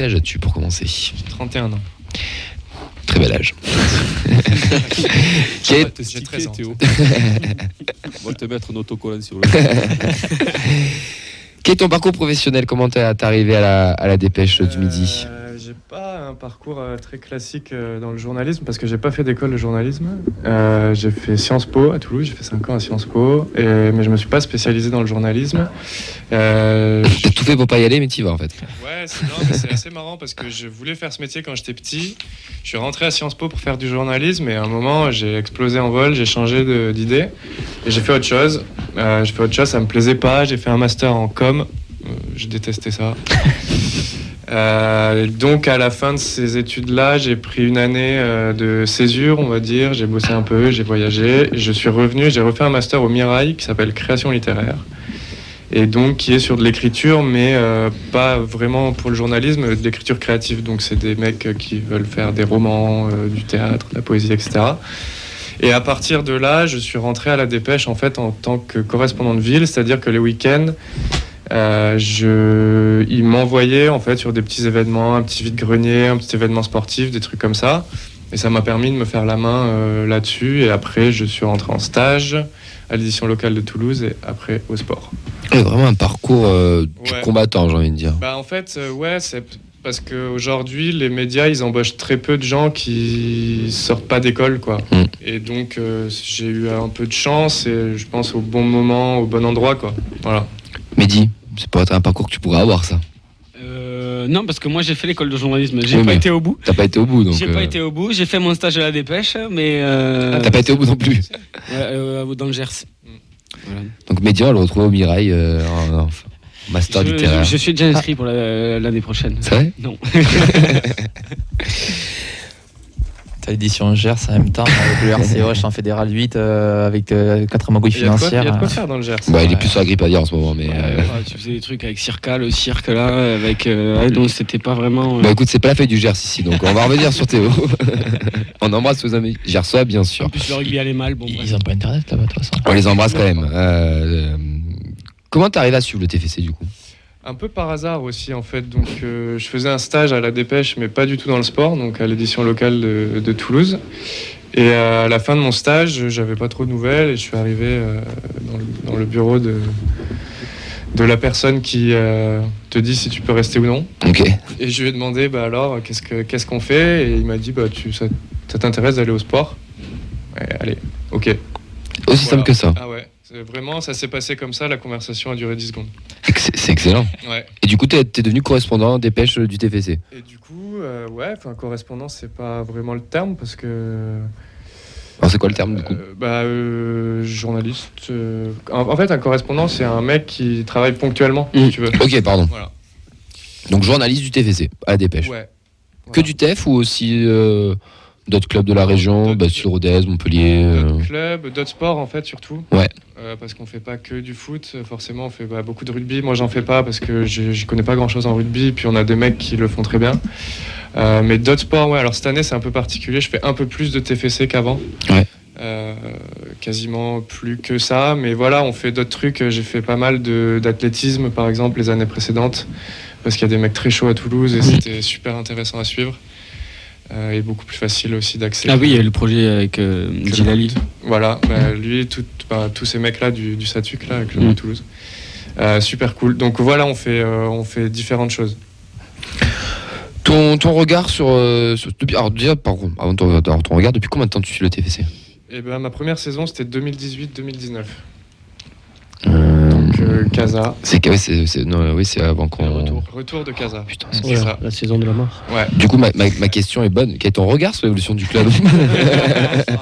âge as-tu pour commencer 31 ans. Très bel âge. Ça Quel- va te J'ai stiquer, 13 ans. Théo. On va te mettre un autocollant sur le. Quel est ton parcours professionnel Comment t'es t'es arrivé à la, à la dépêche du midi Euh, J'ai pas un parcours euh, très classique euh, dans le journalisme parce que j'ai pas fait d'école de journalisme. Euh, j'ai fait Sciences Po à Toulouse, j'ai fait 5 ans à Sciences Po, et- mais je me suis pas spécialisé dans le journalisme. Euh, T'as tout fait pour pas y aller, mais t'y vas en fait. Ouais, c'est non, mais c'est assez marrant parce que je voulais faire ce métier quand j'étais petit. Je suis rentré à Sciences Po pour faire du journalisme et à un moment j'ai explosé en vol, j'ai changé de- d'idée et j'ai fait autre chose. Euh, j'ai fait autre chose, ça me plaisait pas. J'ai fait un master en com, Euh, je détestais ça. Euh, donc à la fin de ces études-là, j'ai pris une année euh, de césure, on va dire. J'ai bossé un peu, j'ai voyagé. Je suis revenu, j'ai refait un master au Mirail qui s'appelle création littéraire et donc qui est sur de l'écriture, mais euh, pas vraiment pour le journalisme, euh, de l'écriture créative. Donc c'est des mecs euh, qui veulent faire des romans, euh, du théâtre, de la poésie, etc. Et à partir de là, je suis rentré à la Dépêche en fait en tant que correspondant de ville, c'est-à-dire que les week-ends, euh, je, ils m'envoyaient en fait sur des petits événements, un petit vide-grenier, un petit événement sportif, des trucs comme ça. Et ça m'a permis de me faire la main euh, là-dessus. Et après, je suis rentré en stage à l'édition locale de Toulouse et après au sport. Ouais, Vraiment un parcours euh, du Ouais. combattant, j'ai envie de dire. Bah en fait, euh, ouais, c'est p- parce qu'aujourd'hui, les médias, ils embauchent très peu de gens qui sortent pas d'école, quoi. Mm. Et donc, euh, j'ai eu un peu de chance et je pense au bon moment, au bon endroit, quoi. Voilà. Mehdi, c'est pas un parcours que tu pourrais avoir ça. Euh, non, parce que moi j'ai fait l'école de journalisme, j'ai Oui, pas mais- été au bout. T'as pas été au bout donc. J'ai pas euh, Ah, été au bout, j'ai fait mon stage à la dépêche, mais euh, T'as pas été au bout non plus. ouais, euh, dans le Gers. Voilà. Donc Mehdi, on le retrouve au Mirail euh, en, en master Je, littéraire. je- je suis déjà Ah. inscrit pour la- l'année prochaine. C'est vrai Non. T'as l'édition Gers en même temps avec le RCOH en fédéral 8 euh, avec euh, quatre magouilles Il y, a de quoi- il y a de financières. quoi faire dans le Gers. Bah, il est Ouais. plus sur la grippe à dire en ce moment, mais. euh, Ouais, tu faisais des trucs avec Circa, le cirque là, avec euh, ouais, donc c'était pas vraiment. euh, Bon, Bah, écoute, c'est pas la fête du Gers ici, donc on va revenir sur Théo. on embrasse nos amis Gersois, bien sûr. En plus le rugby allait mal, bon. Ils- bref. Ils ont pas internet là-bas de toute façon. On les embrasse quand même. Euh, euh, comment t'arrives à suivre le TFC du coup Un peu par hasard aussi, en fait. Donc, euh, je faisais un stage à la Dépêche, mais pas du tout dans le sport, donc à l'édition locale de, de Toulouse. Et euh, à la fin de mon stage, euh, j'avais pas trop de nouvelles et je suis arrivé euh, dans, le, dans le bureau de, de la personne qui euh, te dit si tu peux rester ou non. Ok. Et je lui ai demandé, bah alors, qu'est-ce que- qu'est-ce qu'on fait Et il m'a dit, bah, tu, ça, ça t'intéresse d'aller au sport Ouais, Allez, ok. Aussi simple que ça. Ah ouais, C'est vraiment, ça s'est passé comme ça, la conversation a duré 10 secondes. Ex- C'est excellent. Ouais. Et du coup, t'es t'es devenu correspondant des pêches du TFC. Et du coup, euh, ouais, enfin correspondance, c'est pas vraiment le terme parce que. Alors, c'est quoi le terme du coup Euh, bah, euh, journaliste. euh, en, en fait, un correspondant, c'est un mec qui travaille ponctuellement, si Mmh. Mm. tu veux. Ok, pardon. Euh, Voilà. Donc, journaliste du TFC à la dépêche. Ouais. Que du TF ou aussi euh, d'autres clubs de la région D'autres- Bastille, Rodez, Montpellier euh, D'autres clubs, d'autres sports en fait surtout. Ouais. Euh, parce qu'on fait pas que du foot, forcément on fait bah, beaucoup de rugby. Moi j'en fais pas parce que je je connais pas grand chose en rugby, puis on a des mecs qui le font très bien. Euh, mais d'autres sports, ouais, alors cette année c'est un peu particulier, je fais un peu plus de TFC qu'avant. Ouais. Euh, quasiment plus que ça, mais voilà, on fait d'autres trucs. J'ai fait pas mal de- d'athlétisme par exemple les années précédentes, parce qu'il y a des mecs très chauds à Toulouse et c'était super intéressant à suivre. Euh, et beaucoup plus facile aussi d'accès. Ah oui, il y a eu le projet avec euh, Que Djilali. Voilà, bah, lui, tout- bah, tous ces mecs-là du, du Satuc, là, avec le Mm. de Toulouse. Euh, super cool. Donc voilà, on fait, euh, on fait différentes choses. ton, ton regard sur. euh, sur- depuis- alors, déjà, par contre, avant ton, alors, ton regard, depuis combien de temps tu suis le TFC Et ben ma première saison, c'était 2018-2019. Euh, Donc euh, Casa. C'est que- ouais, c'est- c'est- non, euh, oui, c'est avant qu'on. Retour. Retour de Casa. Putain, c'est- C'est Voilà, ça. la saison de la mort. Du coup, ma, ma- ma question est bonne. Quel est ton regard sur l'évolution du club Ouais,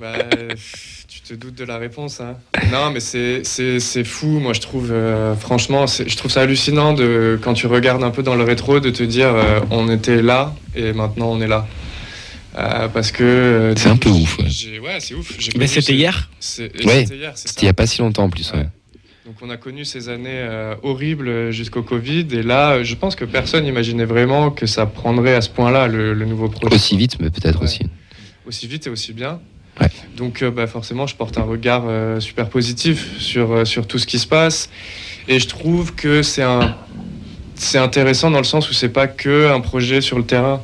bah, pff, tu te doutes de la réponse. hein. Non, mais c'est- c'est c'est fou. Moi, je trouve, euh, franchement, c'est- je trouve ça hallucinant de, quand tu regardes un peu dans le rétro de te dire euh, on était là et maintenant on est là. Euh, parce que. euh, C'est un peu ouf, ouais. j'ai- Ouais, c'est ouf. J'ai Mais connu c'était ce- hier. C'est- Ouais, C'était hier, c'est C'était il n'y ça. a pas si longtemps en plus. ouais. Ouais. Donc on a connu ces années euh, horribles jusqu'au Covid et là euh, je pense que personne n'imaginait vraiment que ça prendrait à ce point-là le, le nouveau projet Aussi vite, mais peut-être Ouais. aussi. aussi vite et aussi bien. Ouais. Donc euh, bah, forcément, je porte un regard euh, super positif sur, euh, sur tout ce qui se passe. Et je trouve que c'est un c'est intéressant dans le sens où c'est pas que un projet sur le terrain.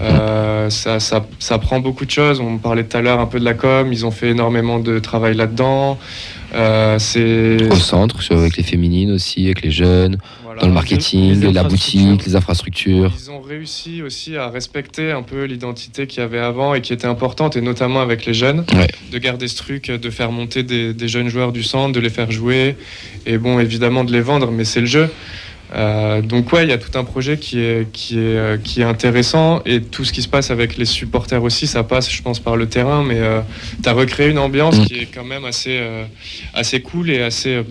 Euh, ça, ça, ça prend beaucoup de choses. On parlait tout à l'heure un peu de la com. Ils ont fait énormément de travail là-dedans. Euh, c'est Au centre, sur- avec les féminines aussi, avec les jeunes, voilà. dans le marketing, Les la boutique, les infrastructures. Ils ont réussi aussi à respecter un peu l'identité qu'il y avait avant et qui était importante, et notamment avec les jeunes, Ouais. de garder ce truc, de faire monter des, des jeunes joueurs du centre, de les faire jouer, et bon, évidemment de les vendre, mais c'est le jeu. Euh, donc ouais, il y a tout un projet qui est, qui, est, euh, qui est intéressant et tout ce qui se passe avec les supporters aussi, ça passe, je pense, par le terrain, mais euh, tu as recréé une ambiance Mm. qui est quand même assez, euh, assez cool et assez... euh,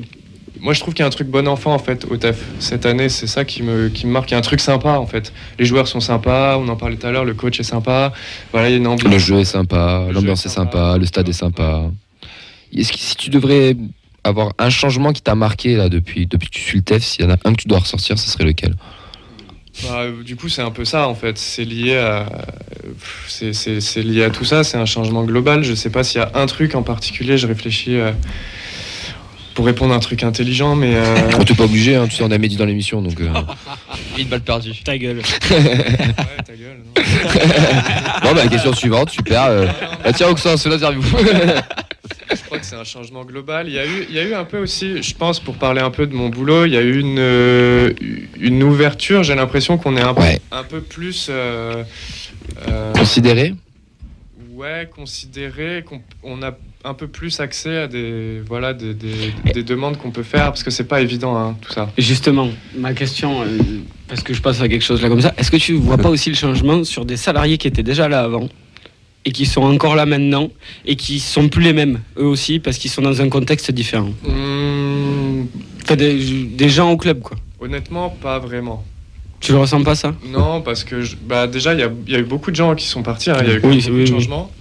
moi, je trouve qu'il y a un truc bon enfant en fait au TAF cette année. C'est ça qui me, qui me marque. Il y a un truc sympa en fait. Les joueurs sont sympas. On en parlait tout à l'heure. Le coach est sympa. Voilà, il y a une ambiance. Le jeu est sympa, Le l'ambiance jeu est sympa, le stade est sympa. Est-ce que si tu devrais avoir un changement qui t'a marqué là depuis, depuis que tu suis le TEF, s'il y en a un que tu dois ressortir, ce serait lequel Euh. Bah, euh, du coup, c'est un peu ça en fait. C'est lié à, pff, c'est, c'est- c'est lié à tout ça. C'est un changement global. Je sais pas s'il y a un truc en particulier. Je réfléchis euh, pour répondre à un truc intelligent, mais euh, On t'es pas obligé, hein, tu sais, on a midi dans l'émission, donc euh, Une balle perdue. Ta gueule. ouais, ta gueule, non. Bon, bah, question suivante, super. euh. Ah, tiens, Oxen, c'est l'interview. je crois que c'est un changement global. Il y, a eu, il y a eu un peu aussi, je pense, pour parler un peu de mon boulot, il y a eu une, euh, une ouverture. J'ai l'impression qu'on est un, peu- Ouais. un peu plus. euh, euh, Considéré ouais, considéré, qu'on on a un peu plus accès à des, voilà, des, des- des demandes qu'on peut faire, parce que c'est pas évident, hein, tout ça. Justement, ma question, euh, parce que je passe à quelque chose là comme ça, est-ce que tu vois pas aussi le changement sur des salariés qui étaient déjà là avant et qui sont encore là maintenant et qui sont plus les mêmes eux aussi parce qu'ils sont dans un contexte différent Hum, T'as des, des gens au club quoi. honnêtement, pas vraiment. Tu le ressens pas ça Non, parce que je- bah, déjà, il y a, il y a eu beaucoup de gens qui sont partis, hein, il y a eu Oui, beaucoup oui, de oui. changements.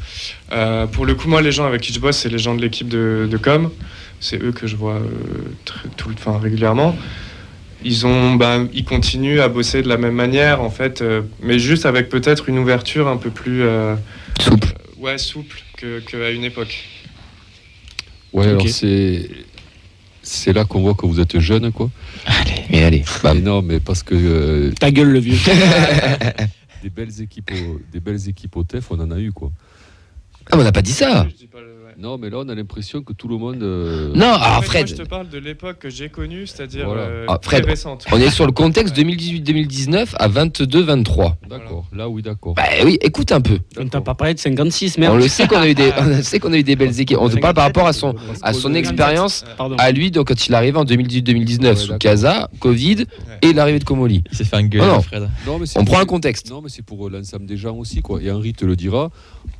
Euh, pour le coup, moi, les gens avec qui je bosse, c'est les gens de l'équipe de, de com. C'est eux que je vois euh, très- tout, le- enfin, régulièrement. Ils, ont, bah, ils continuent à bosser de la même manière, en fait, euh, mais juste avec peut-être une ouverture un peu plus euh, Souple. ouais, souple qu'à une époque. Ouais, Ok. alors c'est. C'est là qu'on voit que vous êtes jeune, quoi. Mais allez, bam. Mais non, mais parce que euh, Ta gueule le vieux. des, belles équipes au, des belles équipes au TEF, on en a eu, quoi. Ah, mais on n'a pas dit ça Je dis pas le- ouais. Non, mais là, on a l'impression que tout le monde. euh, Non, alors En fait, Moi, je Ah, Fred, te parle de l'époque que j'ai connue, c'est-à-dire Voilà. euh, Ah, très Fred, récente. on est sur le contexte 2018-2019 à 22-23. D'accord, là, oui, d'accord. Bah oui, écoute un peu. On t'a pas parlé de 56 On merde. le sait qu'on a eu des, on sait qu'on a eu des belles équipes. On te parle par rapport à son, Parce à qu'on son est- expérience euh, Ah, Pardon. à lui donc, quand il arrivait en 2018-2019 Ouais, sous d'accord. Casa, Covid et l'arrivée de Comoli. Il s'est fait engueuler, Oh non. Fred. Non, mais c'est On prend pour- un contexte. Non, mais c'est pour euh, l'ensemble des gens aussi, quoi. Et Henri te le dira,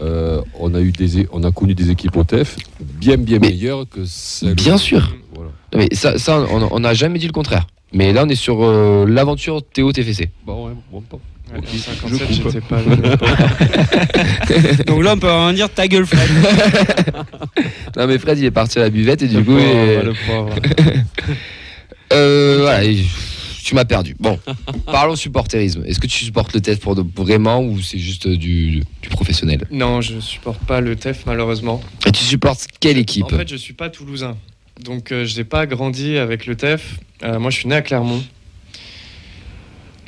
euh, on, a eu des, é- on a connu des équipes au TEF bien, bien Mais- meilleures que celles. Bien sûr. Voilà. Non, mais ça, ça, on on n'a jamais dit le contraire. Mais là, on est sur euh, l'aventure Théo TFC. Bon, Bah, ouais, bon, pas. Ouais, en Ok, je 57, coupe. j'étais pas à une époque. Donc là on peut en dire ta gueule Fred. Non, mais Fred, il est parti à la buvette et du Oh, coup. Ah, pauvre, il- Euh, voilà, et- tu m'as perdu. Bon, parlons supporterisme. Est-ce que tu supportes le TEF pour de- vraiment ou c'est juste du, du professionnel Non, je supporte pas le TEF malheureusement. Et tu supportes quelle équipe En fait, je suis pas toulousain. Donc euh, je n'ai pas grandi avec le TEF. Euh, moi, je suis né à Clermont.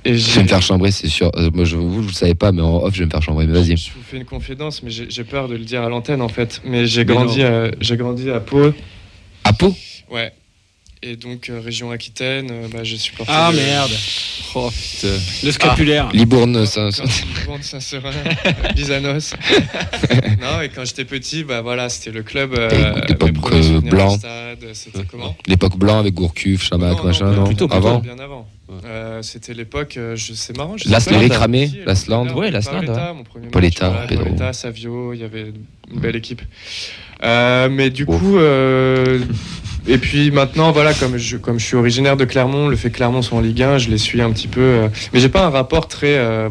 Et Je vais j'ai- me faire chambrer, c'est sûr. Euh, moi, je, vous, vous le savez pas, mais en off, je vais me faire chambrer. Mais vas-y. Je vous fais une confidence, mais j'ai j'ai peur de le dire à l'antenne en fait. Mais j'ai Mais grandi, euh, j'ai grandi à Pau. À Pau Ouais. Et donc euh, région Aquitaine, euh, bah, j'ai supporté. Ah le- merde. Oh, putain. Le scapulaire. Libourne, ça. Quand ça- ils vendent Saint-Seurin, Bizanos. non, et quand j'étais petit, bah voilà, c'était le club. euh, Et écoute, mes l'époque, premiers euh, souvenirs au blanc. stade, C'était comment L'époque blanc avec Gourcuff, Non, Chamac, non, machin, bien- non plutôt, plutôt Avant Bien avant. Ouais. Euh, c'était l'époque, euh, je- c'est marrant. je sais L'As- pas, les j'étais récramés, petit, l'Asland, Pauletta, ouais, l'Asland, Pauletta, mon premier match, Pauletta, voilà, Pedro. Pauletta, Savio, il y avait une belle équipe. Euh, mais du Ouf. coup, euh, et puis maintenant, voilà, comme je, comme je suis originaire de Clermont, le fait que Clermont soit en Ligue 1, je les suis un petit peu. euh, mais j'ai pas un rapport euh, très euh,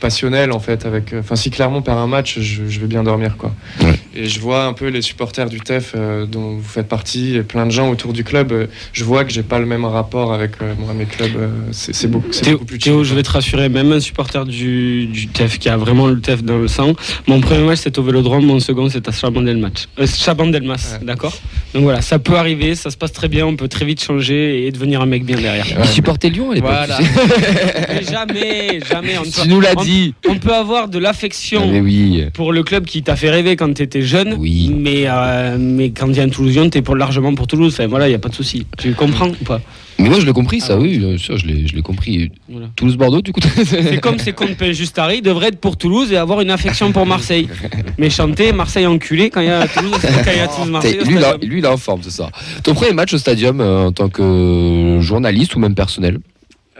passionnel en fait avec. Enfin, si Clermont perd un match, je, je vais bien dormir quoi. Ouais. Et je vois un peu les supporters du TEF euh, dont vous faites partie et plein de gens autour du club. euh, Je vois que j'ai pas le même rapport avec euh, moi, mes clubs. euh, C'est c'est beaucoup, c'est Théo, beaucoup plus Théo, chill. je vais te rassurer, même un supporter du, du TEF qui a vraiment le TEF dans le sang. Mon premier match c'est au Vélodrome, mon second c'est à Chabandelmas. Euh, Chabandelmas, Ouais. d'accord Donc voilà, ça peut arriver, ça se passe très bien, on peut très vite changer et devenir un mec bien derrière. Il supportait Lyon à l'époque. Voilà. bah, tu sais. Mais jamais, jamais. On Tu nous l'as on- dit. On peut avoir de Ah, mais l'affection oui. pour le club qui t'a fait rêver quand t'étais jeune, Oui. mais, euh, mais quand t'es un Toulousien, t'es pour, largement pour Toulouse. Enfin voilà, il n'y a pas de souci. Tu comprends ou pas Mais moi, je l'ai compris, ça, Ah, oui, bien sûr, je l'ai je l'ai compris. Voilà. Toulouse-Bordeaux, du coup. C'est comme ces comptes Justari devraient être pour Toulouse et avoir une affection pour Marseille. Mais chanter Marseille enculé quand il y a Toulouse, quand il y a Toulouse Marseille. T'es- Lui, il a- lui, il est en forme, c'est ça. Ton premier match au stadium euh, en tant que euh, journaliste ou même personnel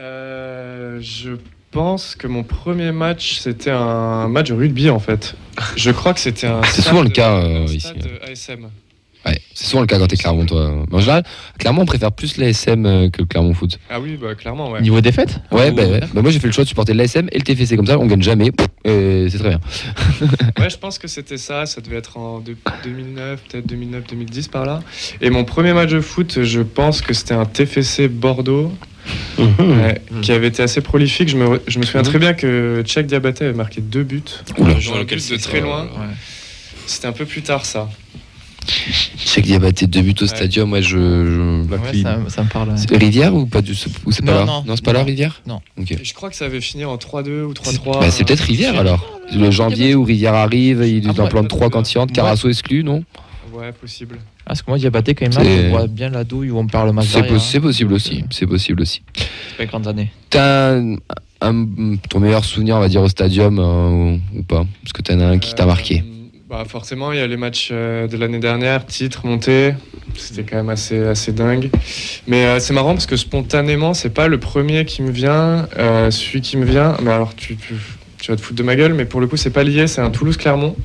Euh, je pense que mon premier match, c'était un match de rugby en fait. Je crois que c'était un. C'est stade- souvent le cas euh, un ici. stade ASM. Ouais, c'est souvent le cas quand t'es Clermont, toi. En général, Clermont, on préfère plus l'ASM euh, que le Clermont Foot. Ah oui, bah, clairement, ouais. Niveau défaite Ouais, Ou- bah, ouais. Bah, moi j'ai fait le choix de supporter l'ASM et le TFC comme ça, on gagne jamais. Pouf, et c'est très bien. Ouais, je pense que c'était ça. Ça devait être en deux- 2009, peut-être 2009, 2010 par là. Et mon premier match de foot, je pense que c'était un TFC Bordeaux Mhm. ouais, qui avait été assez prolifique. Je me, je me souviens très bien que Tchèque Diabaté avait marqué deux buts. Oula. Dans le but de très loin. C'était un peu plus tard ça. Cheikh Diabaté, deux buts au stadium, ouais, je. La Ouais, clean. ça, ça me parle. hein. ouais. je- C'est Rivière ou pas du ou c'est pas Non, là non. c'est pas là Rivière Non. Ok. Et je crois que ça avait fini en 3-2 ou C'est 3-3. bah, c'est peut-être euh, Rivière alors. Le janvier où Rivière arrive, il Ah, en ouais. plante trois cantiantes, Carasso exclu, non Ouais, possible. Parce Ah, que moi, Diabaté, quand même, hein, C'est- on voit bien la douille où on parle le match C'est derrière, possi- hein. c'est possible aussi. C'est possible aussi. Pas les grandes années. T'as un- un- ton meilleur souvenir, on va dire, au stadium euh, ou, ou pas Parce que t'en as un qui t'a Euh, marqué. bah Forcément, il y a les matchs euh, de l'année dernière, titre, montée. C'était quand même assez, assez dingue. Mais euh, c'est marrant parce que spontanément, c'est pas le premier qui me vient. euh, celui qui me vient, mais alors tu, tu, tu vas te foutre de ma gueule, mais pour le coup, c'est pas lié, c'est un Toulouse-Clermont.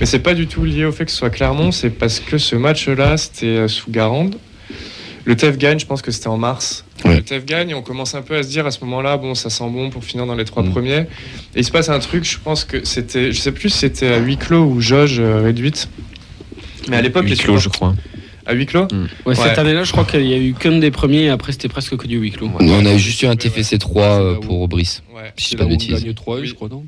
Mais c'est pas du tout lié au fait que ce soit Clermont, c'est parce que ce match-là, c'était euh, sous Garande. Le TEF gagne, je pense que c'était en mars. Ouais. Le TEF gagne et on commence un peu à se dire à ce moment-là, bon, ça sent bon pour finir dans les trois Mm. premiers. Et il se passe un truc, je pense que c'était, je sais plus si c'était à huis clos ou jauge euh, réduite. Mais à l'époque, les clos, je supporters- crois. À huis clos Ouais, Cette hein. Ouais. année-là, je crois qu'il y a eu qu'un des premiers et après c'était presque que du huis clos. on a juste eu un Euh, Ouais, TFC 3 euh, C'est là où- pour Brice. Ouais. Si C'est je dis pas là de où on bêtises. gagne 3 Oui. je crois, non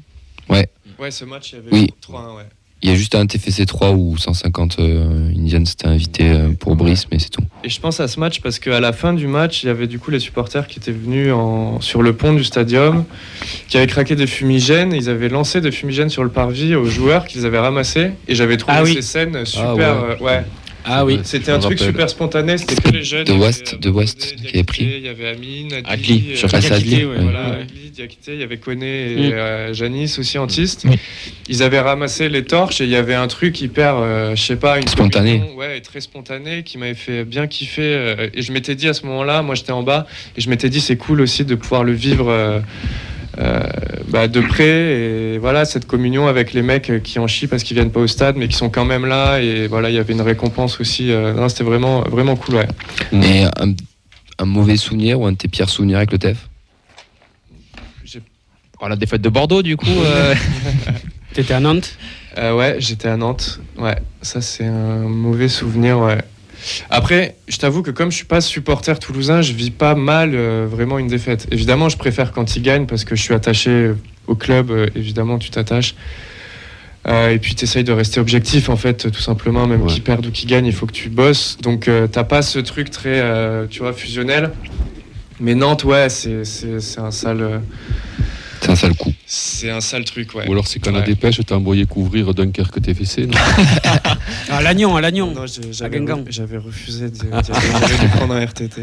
Ouais, ce match, il y avait Oui. 3-1, ouais. Il y a juste un TFC 3 où 150 euh, Indians t'étaient invité euh, pour Brice, mais c'est tout. Et je pense à ce match parce qu'à la fin du match, il y avait du coup les supporters qui étaient venus en- sur le pont du stadium, qui avaient craqué des fumigènes. Ils avaient lancé des fumigènes sur le parvis aux joueurs qu'ils avaient ramassés. Et j'avais trouvé Ah oui. ces scènes super. Ah ouais. euh, ouais. Ah oui. C'était un me truc rappelle. super spontané. C'était que les jeunes. De il y West- avait, euh, de West Brodé, qui avait Diakité, pris. Il y avait Amine, Adli. Adli, euh, sur face à Diakité, Adli, ouais, oui. Voilà, Oui. Adli, Diakité, il y avait Koné et Mm. euh, Janice aussi antiste. Oui. Ils avaient ramassé les torches et il y avait un truc hyper, euh, je sais pas, une Spontané. communion, Ouais, et très spontané qui m'avait fait bien kiffer. euh, et je m'étais dit à ce moment-là, moi j'étais en bas, et je m'étais dit c'est cool aussi de pouvoir le vivre. euh, euh, bah, de près et voilà cette communion avec les mecs euh, qui en chient parce qu'ils viennent pas au stade mais qui sont quand même là et voilà il y avait une récompense aussi euh, non, c'était vraiment vraiment cool ouais Mais un, un mauvais souvenir ou un de tes pires souvenirs avec le TEF Oh, la défaite de Bordeaux, du coup. euh, T'étais à Nantes Euh, ouais j'étais à Nantes ouais ça c'est un mauvais souvenir ouais après je t'avoue que comme je suis pas supporter toulousain je vis pas mal euh, vraiment une défaite évidemment je préfère quand ils gagnent parce que je suis attaché au club euh, évidemment tu t'attaches Euh, et puis tu essayes de rester objectif en fait tout simplement même Ouais. qu'ils perdent ou qu'ils gagnent il faut que tu bosses donc euh, t'as pas ce truc très euh, tu vois fusionnel mais Nantes ouais c'est c'est- c'est un sale euh, C'est un sale coup. c'est un sale truc ouais Ou alors c'est quand la Ouais. dépêche t'a envoyé couvrir Dunkerque TFC, non À Lannion, à Lannion. Non, j'ai- j'avais Guingamp. j'avais refusé de, de- j'avais dû prendre un RTT.